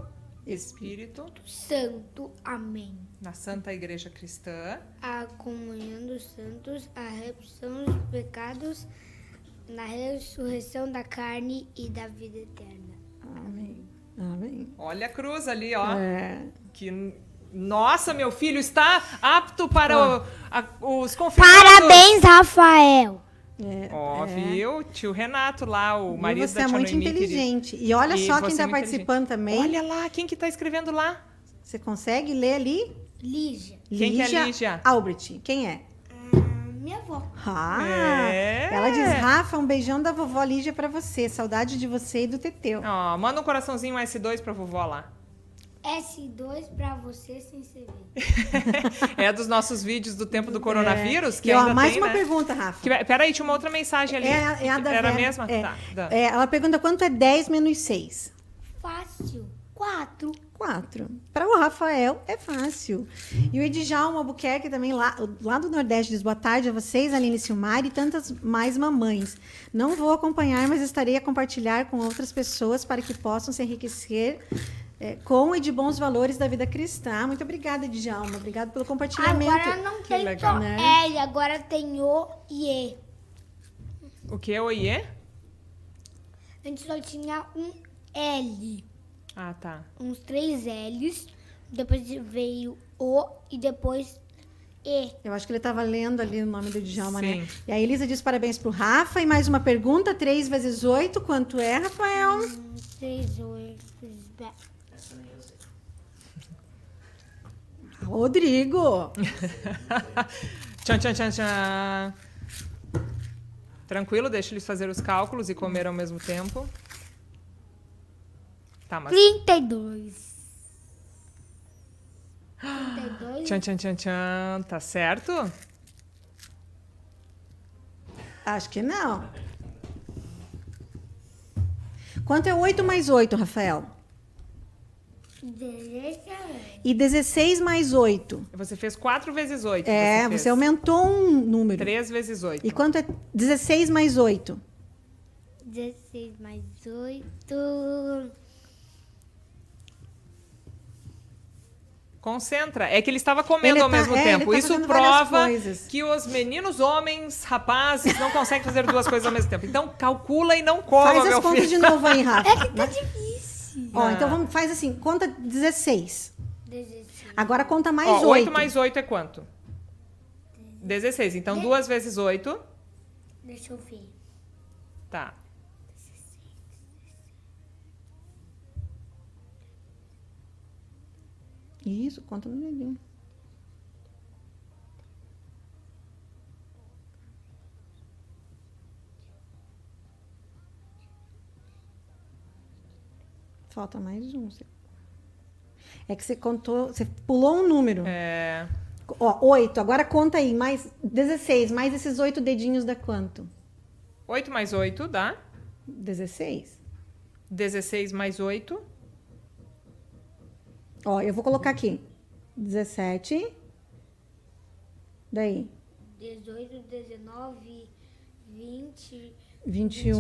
Speaker 1: Espírito,
Speaker 2: Santo. Amém.
Speaker 1: na Santa Igreja Cristã,
Speaker 2: A comunhão dos santos, a repetição dos pecados, na ressurreição da carne e da vida eterna.
Speaker 3: Amém. Amém.
Speaker 1: olha a cruz ali, ó.
Speaker 3: Ah, É.
Speaker 1: Que. Nossa, meu filho está apto para o- a- os confirmados.
Speaker 2: Parabéns, Rafael!
Speaker 3: é.
Speaker 1: Ó, viu? Tio Renato lá, o
Speaker 3: E
Speaker 1: marido
Speaker 3: você
Speaker 1: da
Speaker 3: é
Speaker 1: tia
Speaker 3: muito
Speaker 1: Noemi, querido.
Speaker 3: inteligente. E olha
Speaker 1: E
Speaker 3: só
Speaker 1: você é
Speaker 3: quem está
Speaker 1: muito inteligente.
Speaker 3: participando também.
Speaker 1: Olha lá, quem que tá escrevendo lá?
Speaker 3: Você consegue ler ali?
Speaker 2: Lígia.
Speaker 1: Quem que é Lígia?
Speaker 3: Albert. Quem é?
Speaker 2: Minha avó.
Speaker 3: Ah,
Speaker 1: É.
Speaker 3: ela diz, Rafa, um beijão da vovó Lígia pra você. Saudade de você e do Teteu.
Speaker 1: Ó, manda um coraçãozinho S2 pra vovó lá.
Speaker 2: S2 pra você sem CV.
Speaker 1: É dos nossos vídeos do tempo do coronavírus, que
Speaker 3: e ó,
Speaker 1: ainda
Speaker 3: É. mais
Speaker 1: tem,
Speaker 3: uma
Speaker 1: né?
Speaker 3: pergunta, Rafa.
Speaker 1: Que, peraí, tinha uma outra mensagem ali.
Speaker 3: É, a- é a da
Speaker 1: Era a
Speaker 3: Vera.
Speaker 1: mesma?
Speaker 3: É.
Speaker 1: Tá. dá.
Speaker 3: É, ela pergunta quanto é 10 menos 6?
Speaker 2: Fácil. 4.
Speaker 3: 4. Para o Rafael é fácil. E o Edjalma Albuquerque também lá, lá do Nordeste diz boa tarde a vocês, Aline Silmar e tantas mais mamães. Não vou acompanhar, mas estarei a compartilhar com outras pessoas para que possam se enriquecer é, com e de bons valores da vida cristã. Muito obrigada, Edjalma. Obrigado pelo compartilhamento.
Speaker 2: Agora não
Speaker 1: Que
Speaker 2: tem É.
Speaker 1: legal.
Speaker 2: só
Speaker 3: Né?
Speaker 2: L, agora tem O e E.
Speaker 1: O que é oiê?
Speaker 2: Antes só tinha um L,
Speaker 1: Ah, tá.
Speaker 2: uns três L's, depois veio O e depois E.
Speaker 3: Eu acho que ele estava lendo ali o nome do Djalma,
Speaker 1: Sim.
Speaker 3: né? E a Elisa diz parabéns pro Rafa. E mais uma pergunta: 3 vezes 8, quanto é, Rafael?
Speaker 2: Um, 3, 8, 10.
Speaker 3: Rodrigo!
Speaker 1: Tchan, tchan, tchan, tchan. Tranquilo, deixa eles fazer os cálculos e comer ao mesmo tempo. Tá, mas.
Speaker 2: 32. 32?
Speaker 1: Tchan, tchan, tchan, tchan. Tá certo?
Speaker 3: Acho que não. Quanto é 8 mais 8, Rafael?
Speaker 2: 17.
Speaker 3: E 16 mais 8?
Speaker 1: Você fez 4 vezes 8.
Speaker 3: É, você,
Speaker 1: fez.
Speaker 3: aumentou um número.
Speaker 1: 3 vezes 8.
Speaker 3: E quanto é 16 mais 8?
Speaker 2: 16 mais 8.
Speaker 1: Concentra. É que ele estava comendo
Speaker 3: Ele
Speaker 1: ao
Speaker 3: tá-
Speaker 1: mesmo
Speaker 3: é, ele
Speaker 1: tempo.
Speaker 3: tá
Speaker 1: Isso
Speaker 3: fazendo várias
Speaker 1: prova
Speaker 3: coisas.
Speaker 1: que os meninos homens, rapazes, não conseguem fazer duas coisas ao mesmo tempo. Então calcula e não coma,
Speaker 3: faz
Speaker 1: meu
Speaker 3: as
Speaker 1: filho.
Speaker 3: contas de novo aí, Rafa. É
Speaker 2: Tá difícil.
Speaker 3: Ó, então vamos, faz assim: conta 16.
Speaker 2: 16.
Speaker 3: Agora conta mais
Speaker 1: Ó,
Speaker 3: 8.
Speaker 1: 8 mais 8 é quanto? 16. Então, duas vezes 8.
Speaker 2: Deixa eu ver.
Speaker 1: Tá.
Speaker 3: Isso, conta no dedinho. Falta mais um. você- É que você contou, você pulou um número.
Speaker 1: É,
Speaker 3: Ó, oito. Agora conta aí, mais 16, mais esses oito dedinhos dá quanto?
Speaker 1: 8 mais 8 dá.
Speaker 3: 16.
Speaker 1: 16 mais 8.
Speaker 3: Ó, eu vou colocar aqui. 17. Daí,
Speaker 2: 18, 19, 20,
Speaker 3: 21.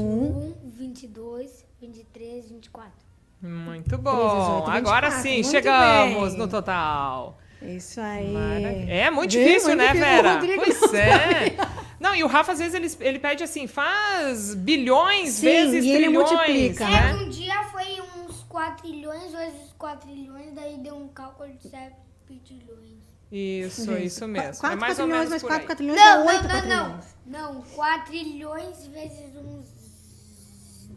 Speaker 2: 22, 23, 24.
Speaker 1: Muito
Speaker 3: Três vezes
Speaker 1: bom.
Speaker 3: oito,
Speaker 1: Agora
Speaker 3: 24.
Speaker 1: sim,
Speaker 3: Muito
Speaker 1: chegamos
Speaker 3: bem.
Speaker 1: no total.
Speaker 3: Isso aí.
Speaker 1: Maravilha. É muito
Speaker 3: Viu?
Speaker 1: difícil,
Speaker 3: Muito
Speaker 1: né,
Speaker 3: difícil. O
Speaker 1: Vera?
Speaker 3: Rodrigo
Speaker 1: Pois é. Não, e o Rafa, às vezes, ele, ele pede assim, faz bilhões
Speaker 3: Sim,
Speaker 1: vezes
Speaker 3: e ele
Speaker 1: trilhões,
Speaker 3: multiplica,
Speaker 2: É,
Speaker 1: né?
Speaker 2: um dia foi uns 4 trilhões, hoje os 4 trilhões, daí deu um cálculo de 7 trilhões.
Speaker 1: Isso, isso mesmo.
Speaker 3: 4
Speaker 1: é mais ou menos
Speaker 3: quatrilhões mais
Speaker 1: por
Speaker 3: 4
Speaker 1: aí.
Speaker 3: é quatrilhões dá
Speaker 2: Não, não,
Speaker 3: 8
Speaker 2: não,
Speaker 3: quatrilhões.
Speaker 2: não. Não, 4 trilhões vezes uns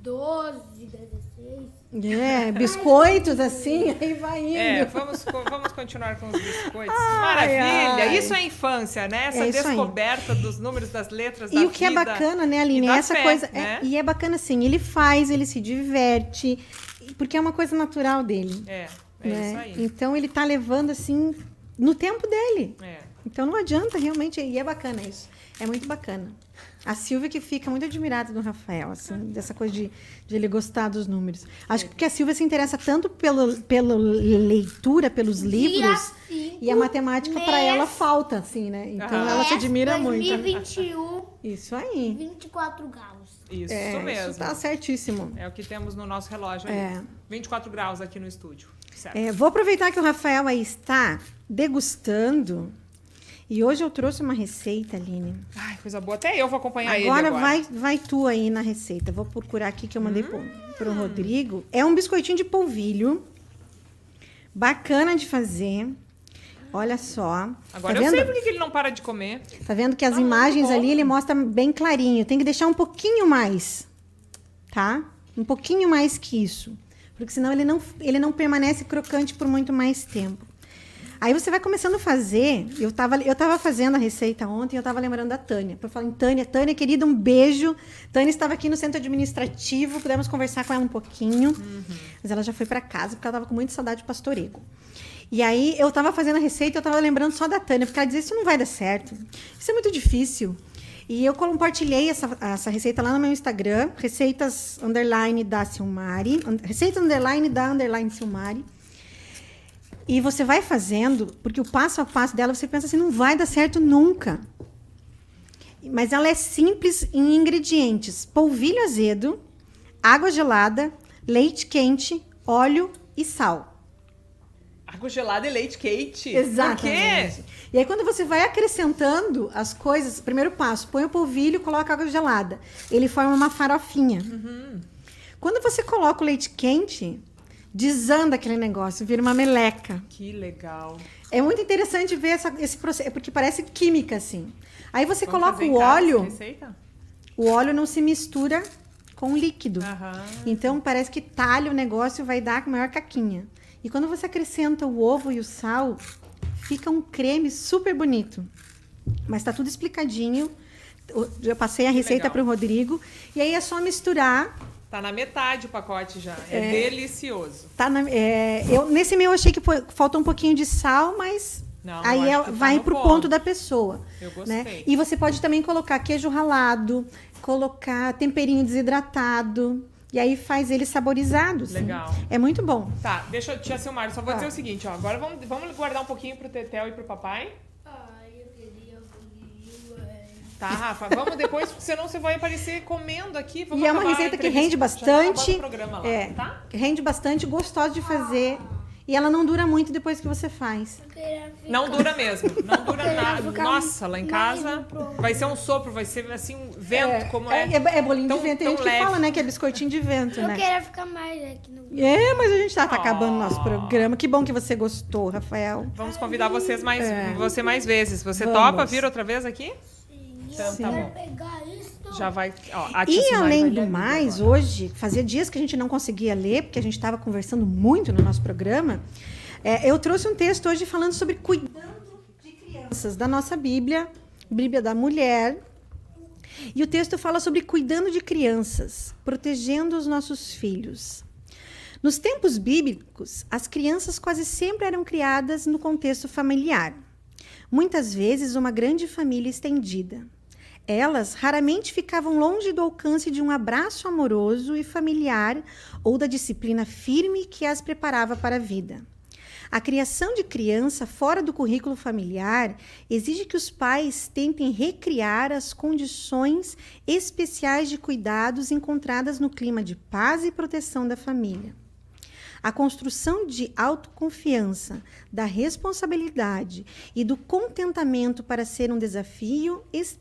Speaker 5: 12, 16.
Speaker 3: É, biscoitos assim, aí vai indo.
Speaker 1: É, vamos, co- vamos continuar com os biscoitos.
Speaker 3: Ai,
Speaker 1: Maravilha!
Speaker 3: ai.
Speaker 1: Isso é infância, né? Essa
Speaker 3: É isso aí.
Speaker 1: descoberta dos números das letras da
Speaker 3: E o que é
Speaker 1: vida.
Speaker 3: bacana, né, Aline?
Speaker 1: e da
Speaker 3: é essa
Speaker 1: fé,
Speaker 3: coisa.
Speaker 1: né?
Speaker 3: é- e é bacana assim, ele faz, ele se diverte, e- porque é uma coisa natural dele.
Speaker 1: É, é
Speaker 3: né?
Speaker 1: isso aí.
Speaker 3: Então ele tá levando assim no tempo dele.
Speaker 1: É.
Speaker 3: Então não adianta realmente, e é bacana isso. É muito bacana. A Silvia que fica muito admirada do Rafael, assim, dessa coisa de, de ele gostar dos números. Acho que porque a Silvia se interessa tanto pelo, pela leitura, pelos livros,
Speaker 5: assim,
Speaker 3: e a matemática para ela falta, assim, né? Então
Speaker 1: Aham.
Speaker 2: é
Speaker 3: ela se admira muito. né?
Speaker 5: 2021,
Speaker 3: Isso aí.
Speaker 5: 24 graus.
Speaker 1: Isso,
Speaker 3: É,
Speaker 1: mesmo.
Speaker 3: Isso tá certíssimo.
Speaker 1: É o que temos no nosso relógio aí.
Speaker 3: É.
Speaker 1: 24 graus aqui no estúdio. Certo.
Speaker 3: É, vou aproveitar que o Rafael aí está degustando. E hoje eu trouxe uma receita, Aline.
Speaker 1: Ai, coisa boa. Até eu vou acompanhar ele
Speaker 3: Agora,
Speaker 1: agora. Hum.
Speaker 3: Vai, vai tu aí na receita. Vou procurar aqui que eu mandei pro, pro Rodrigo. É um biscoitinho de polvilho. Bacana de fazer. Olha só.
Speaker 1: Agora
Speaker 3: tá
Speaker 1: eu
Speaker 3: vendo?
Speaker 1: sei por que que ele não para de comer.
Speaker 3: Tá vendo que as
Speaker 1: Ah, muito
Speaker 3: imagens
Speaker 1: bom.
Speaker 3: ali ele mostra bem clarinho. Tem que deixar um pouquinho mais, tá? Um pouquinho mais que isso, porque senão ele não ele não permanece crocante por muito mais tempo. Aí você vai começando a fazer. Eu tava, eu tava fazendo a receita ontem, eu tava lembrando da Tânia. Eu falei, Tânia, Tânia, querida, um beijo. Tânia estava aqui no centro administrativo, pudemos conversar com ela um pouquinho.
Speaker 1: Uhum.
Speaker 3: Mas ela já foi para casa porque ela tava com muita saudade de pastorego. E aí eu tava fazendo a receita, eu tava lembrando só da Tânia, porque ela dizia, isso não vai dar certo. Isso é muito difícil. E eu compartilhei essa, essa receita lá no meu Instagram, receitas underline da Silmari, un- receita underline da underline Silmari. E você vai fazendo, porque o passo a passo dela você pensa assim, não vai dar certo nunca. Mas ela é simples em ingredientes: polvilho azedo, água gelada, leite quente, óleo e sal.
Speaker 1: Água gelada e leite quente.
Speaker 3: Exatamente.
Speaker 1: Por quê?
Speaker 3: E aí, quando você vai acrescentando as coisas, primeiro passo, põe o polvilho, coloca água gelada. Ele forma uma farofinha. Quando você coloca o leite quente, desanda aquele negócio, vira uma meleca.
Speaker 1: Que legal.
Speaker 3: É muito interessante ver essa- esse processo, porque parece química, assim. Aí você
Speaker 1: Vamos
Speaker 3: coloca
Speaker 1: fazer em
Speaker 3: o
Speaker 1: casa essa
Speaker 3: óleo,
Speaker 1: Receita?
Speaker 3: o óleo não se mistura com o líquido.
Speaker 1: Aham.
Speaker 3: Então parece que talha o negócio e vai dar a maior caquinha. E quando você acrescenta o ovo e o sal, fica um creme super bonito. Mas tá tudo explicadinho. O- Já passei a receita
Speaker 1: legal.
Speaker 3: para o Rodrigo. E aí é só misturar.
Speaker 1: Tá na metade o pacote já. É, delicioso.
Speaker 3: Tá na- é, eu, nesse meu eu achei que pô- faltou um pouquinho de sal, mas
Speaker 1: Não, eu
Speaker 3: aí
Speaker 1: acho
Speaker 3: é-
Speaker 1: que tá
Speaker 3: vai
Speaker 1: no
Speaker 3: pro
Speaker 1: ponto.
Speaker 3: ponto da pessoa.
Speaker 1: Eu gostei.
Speaker 3: né? E você pode também colocar queijo ralado, colocar temperinho desidratado. E aí faz ele saborizado. assim.
Speaker 1: Legal.
Speaker 3: É muito bom.
Speaker 1: Tá, deixa eu, tia Silmar, só vou
Speaker 3: Tá.
Speaker 1: dizer o seguinte, ó. Agora vamos, vamos guardar um pouquinho pro Tetel e pro papai.
Speaker 5: Ai, eu queria
Speaker 1: Tá, Rafa? Vamos depois, porque senão você vai aparecer comendo aqui. Vamos
Speaker 3: E é uma
Speaker 1: acabar a
Speaker 3: receita que
Speaker 1: entrevista.
Speaker 3: rende
Speaker 1: Já tá acabando
Speaker 3: bastante.
Speaker 1: o programa lá,
Speaker 3: é,
Speaker 1: tá?
Speaker 3: Rende bastante, gostosa de fazer. E ela não dura muito depois que você faz.
Speaker 1: Não dura mesmo. Não
Speaker 3: É,
Speaker 1: dura nada.
Speaker 5: ficar
Speaker 1: Nossa, lá em casa vai ser um sopro, vai ser assim, um vento, como é.
Speaker 3: É, é bolinho
Speaker 1: tão-
Speaker 3: de vento. Tem
Speaker 1: tão
Speaker 3: gente
Speaker 1: leve.
Speaker 3: que fala, né, que é biscoitinho de vento,
Speaker 5: Eu
Speaker 3: né?
Speaker 5: queria ficar mais aqui no
Speaker 3: É, mas a gente tá, tá acabando o
Speaker 1: Ah.
Speaker 3: nosso programa. Que bom que você gostou, Rafael.
Speaker 1: Vamos convidar vocês mais, você mais vezes. Você
Speaker 3: É. Vamos.
Speaker 1: topa vir outra vez aqui? Então tá
Speaker 3: Sim.
Speaker 1: bom.
Speaker 5: pegar isso.
Speaker 1: Já vai. Ó, a tia
Speaker 3: E
Speaker 1: Simone vai
Speaker 3: além
Speaker 1: ler
Speaker 3: do
Speaker 1: ali
Speaker 3: mais,
Speaker 1: agora.
Speaker 3: hoje, fazia dias que a gente não conseguia ler, porque a gente estava conversando muito no nosso programa. é, eu trouxe um texto hoje falando sobre cuidando de crianças da nossa Bíblia, Bíblia da Mulher. E o texto fala sobre cuidando de crianças, protegendo os nossos filhos. Nos tempos bíblicos, as crianças quase sempre eram criadas no contexto familiar, muitas vezes uma grande família estendida. Elas raramente ficavam longe do alcance de um abraço amoroso e familiar ou da disciplina firme que as preparava para a vida. A criação de criança fora do currículo familiar exige que os pais tentem recriar as condições especiais de cuidados encontradas no clima de paz e proteção da família. A construção de autoconfiança, da responsabilidade e do contentamento para ser um desafio es-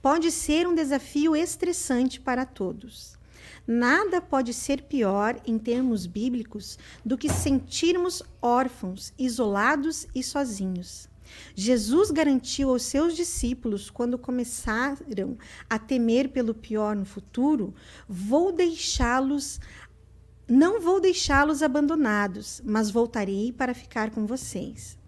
Speaker 3: pode ser um desafio estressante para todos. Nada pode ser pior em termos bíblicos do que sentirmos órfãos, isolados e sozinhos. Jesus garantiu aos seus discípulos, quando começaram a temer pelo pior no futuro, vou deixá-los não vou deixá-los abandonados, mas voltarei para ficar com vocês.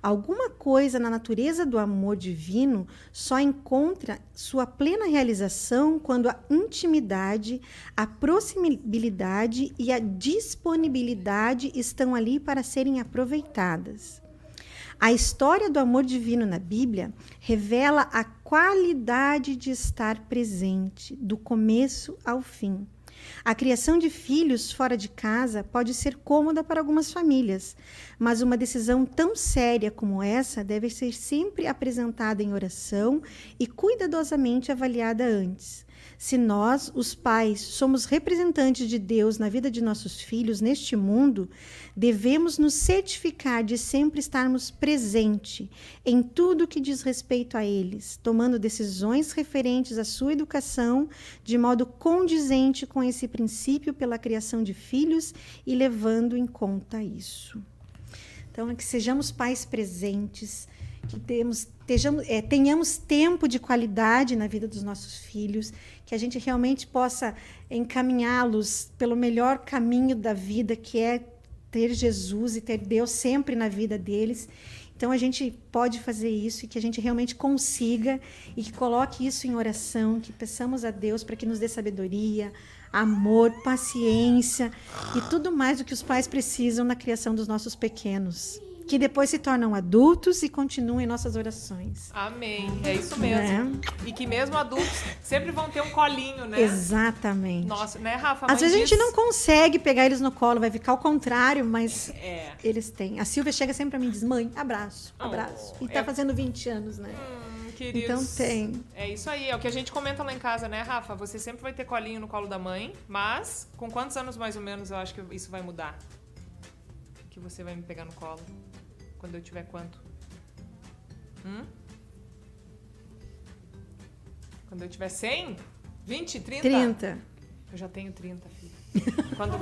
Speaker 3: Alguma coisa na natureza do amor divino só encontra sua plena realização quando a intimidade, a proximidade e a disponibilidade estão ali para serem aproveitadas. A história do amor divino na Bíblia revela a qualidade de estar presente, do começo ao fim. A criação de filhos fora de casa pode ser cômoda para algumas famílias, mas uma decisão tão séria como essa deve ser sempre apresentada em oração e cuidadosamente avaliada antes. Se nós, os pais, somos representantes de Deus na vida de nossos filhos neste mundo, devemos nos certificar de sempre estarmos presente em tudo que diz respeito a eles, tomando decisões referentes à sua educação de modo condizente com esse princípio pela criação de filhos e levando em conta isso. Então, é que sejamos pais presentes, que temos, tejamos, é, tenhamos tempo de qualidade na vida dos nossos filhos, que a gente realmente possa encaminhá-los pelo melhor caminho da vida, que é ter Jesus e ter Deus sempre na vida deles. Então a gente pode fazer isso e que a gente realmente consiga e que coloque isso em oração, que peçamos a Deus para que nos dê sabedoria, amor, paciência e tudo mais do que os pais precisam na criação dos nossos pequenos que depois se tornam adultos e continuem nossas orações. Né?
Speaker 1: Amém. É isso mesmo. É. E que mesmo adultos sempre vão ter um colinho, né?
Speaker 3: Exatamente.
Speaker 1: Nossa, né, Rafa?
Speaker 3: Às vezes diz... a gente não consegue pegar eles no colo, vai ficar ao contrário, mas é. eles têm. A Silvia chega sempre pra mim e diz: mãe, abraço, abraço. Oh, e tá é... fazendo 20 anos, né?
Speaker 1: Hum, queridos.
Speaker 3: Então tem.
Speaker 1: É isso aí, é o que a gente comenta lá em casa, né, Rafa? Você sempre vai ter colinho no colo da mãe, mas com quantos anos mais ou menos eu acho que isso vai mudar? Que você vai me pegar no colo? quando eu tiver quanto? Hum? Quando eu tiver 100? 20, 30?
Speaker 3: 30.
Speaker 1: Eu já tenho 30, filho.
Speaker 3: Quando...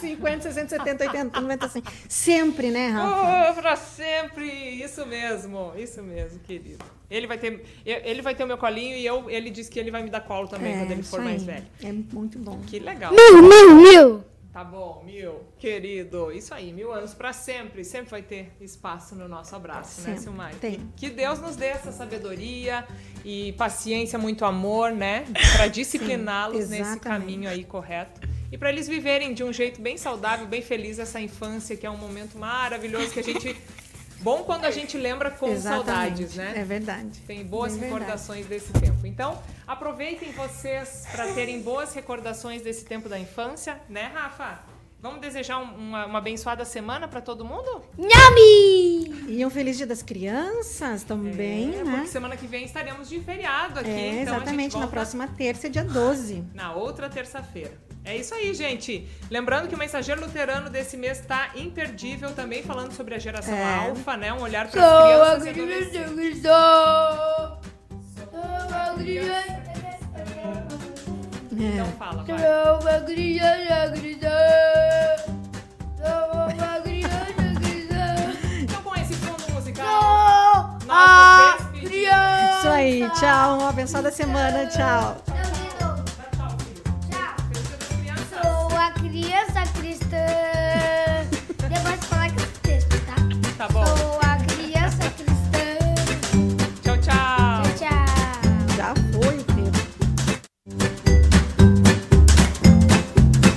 Speaker 3: 50, 60, 70, 80, 90, 100. Sempre, né, Rafa?
Speaker 1: Oh, pra sempre! Isso mesmo, isso mesmo, querido. Ele vai ter, ele vai ter o meu colinho e eu, ele disse que ele vai me dar colo também é, quando ele for mais aí. velho.
Speaker 3: É muito bom.
Speaker 1: Que legal.
Speaker 2: Mil, mil, mil!
Speaker 1: Tá bom, mil, querido. Isso aí, mil anos para sempre. Sempre vai ter espaço no nosso abraço, sempre, né, Silmar?
Speaker 3: Tem.
Speaker 1: Que, que Deus nos dê essa sabedoria e paciência, muito amor, né? Para discipliná-los nesse caminho aí correto. E para eles viverem de um jeito bem saudável, bem feliz essa infância, que é um momento maravilhoso que a gente. Bom quando a gente lembra com
Speaker 3: Exatamente.
Speaker 1: saudades, né?
Speaker 3: É verdade.
Speaker 1: Tem boas
Speaker 3: é
Speaker 1: recordações desse tempo. Então, Aproveitem vocês para terem boas recordações desse tempo da infância, né, Rafa? Vamos desejar um, uma, uma abençoada semana para todo mundo?
Speaker 2: Nhami!
Speaker 3: E um feliz dia das crianças também,
Speaker 1: é,
Speaker 3: né?
Speaker 1: Porque semana que vem estaremos de feriado aqui.
Speaker 3: É,
Speaker 1: então
Speaker 3: exatamente, na próxima terça, dia 12.
Speaker 1: Na outra terça-feira. É isso aí, gente. Lembrando que o Mensageiro Luterano desse mês está imperdível também, falando sobre a geração
Speaker 3: É.
Speaker 1: alfa, né? Um olhar para as crianças e adolescentes. Então fala, vai. Então com esse fundo musical, nós nos despedimos.
Speaker 3: É. Isso aí, tchau. Uma abençoada semana, tchau.
Speaker 1: Dá tchau, filho. Feliz dia das crianças.
Speaker 2: Sou a criança cristã. Depois tá?
Speaker 1: Tá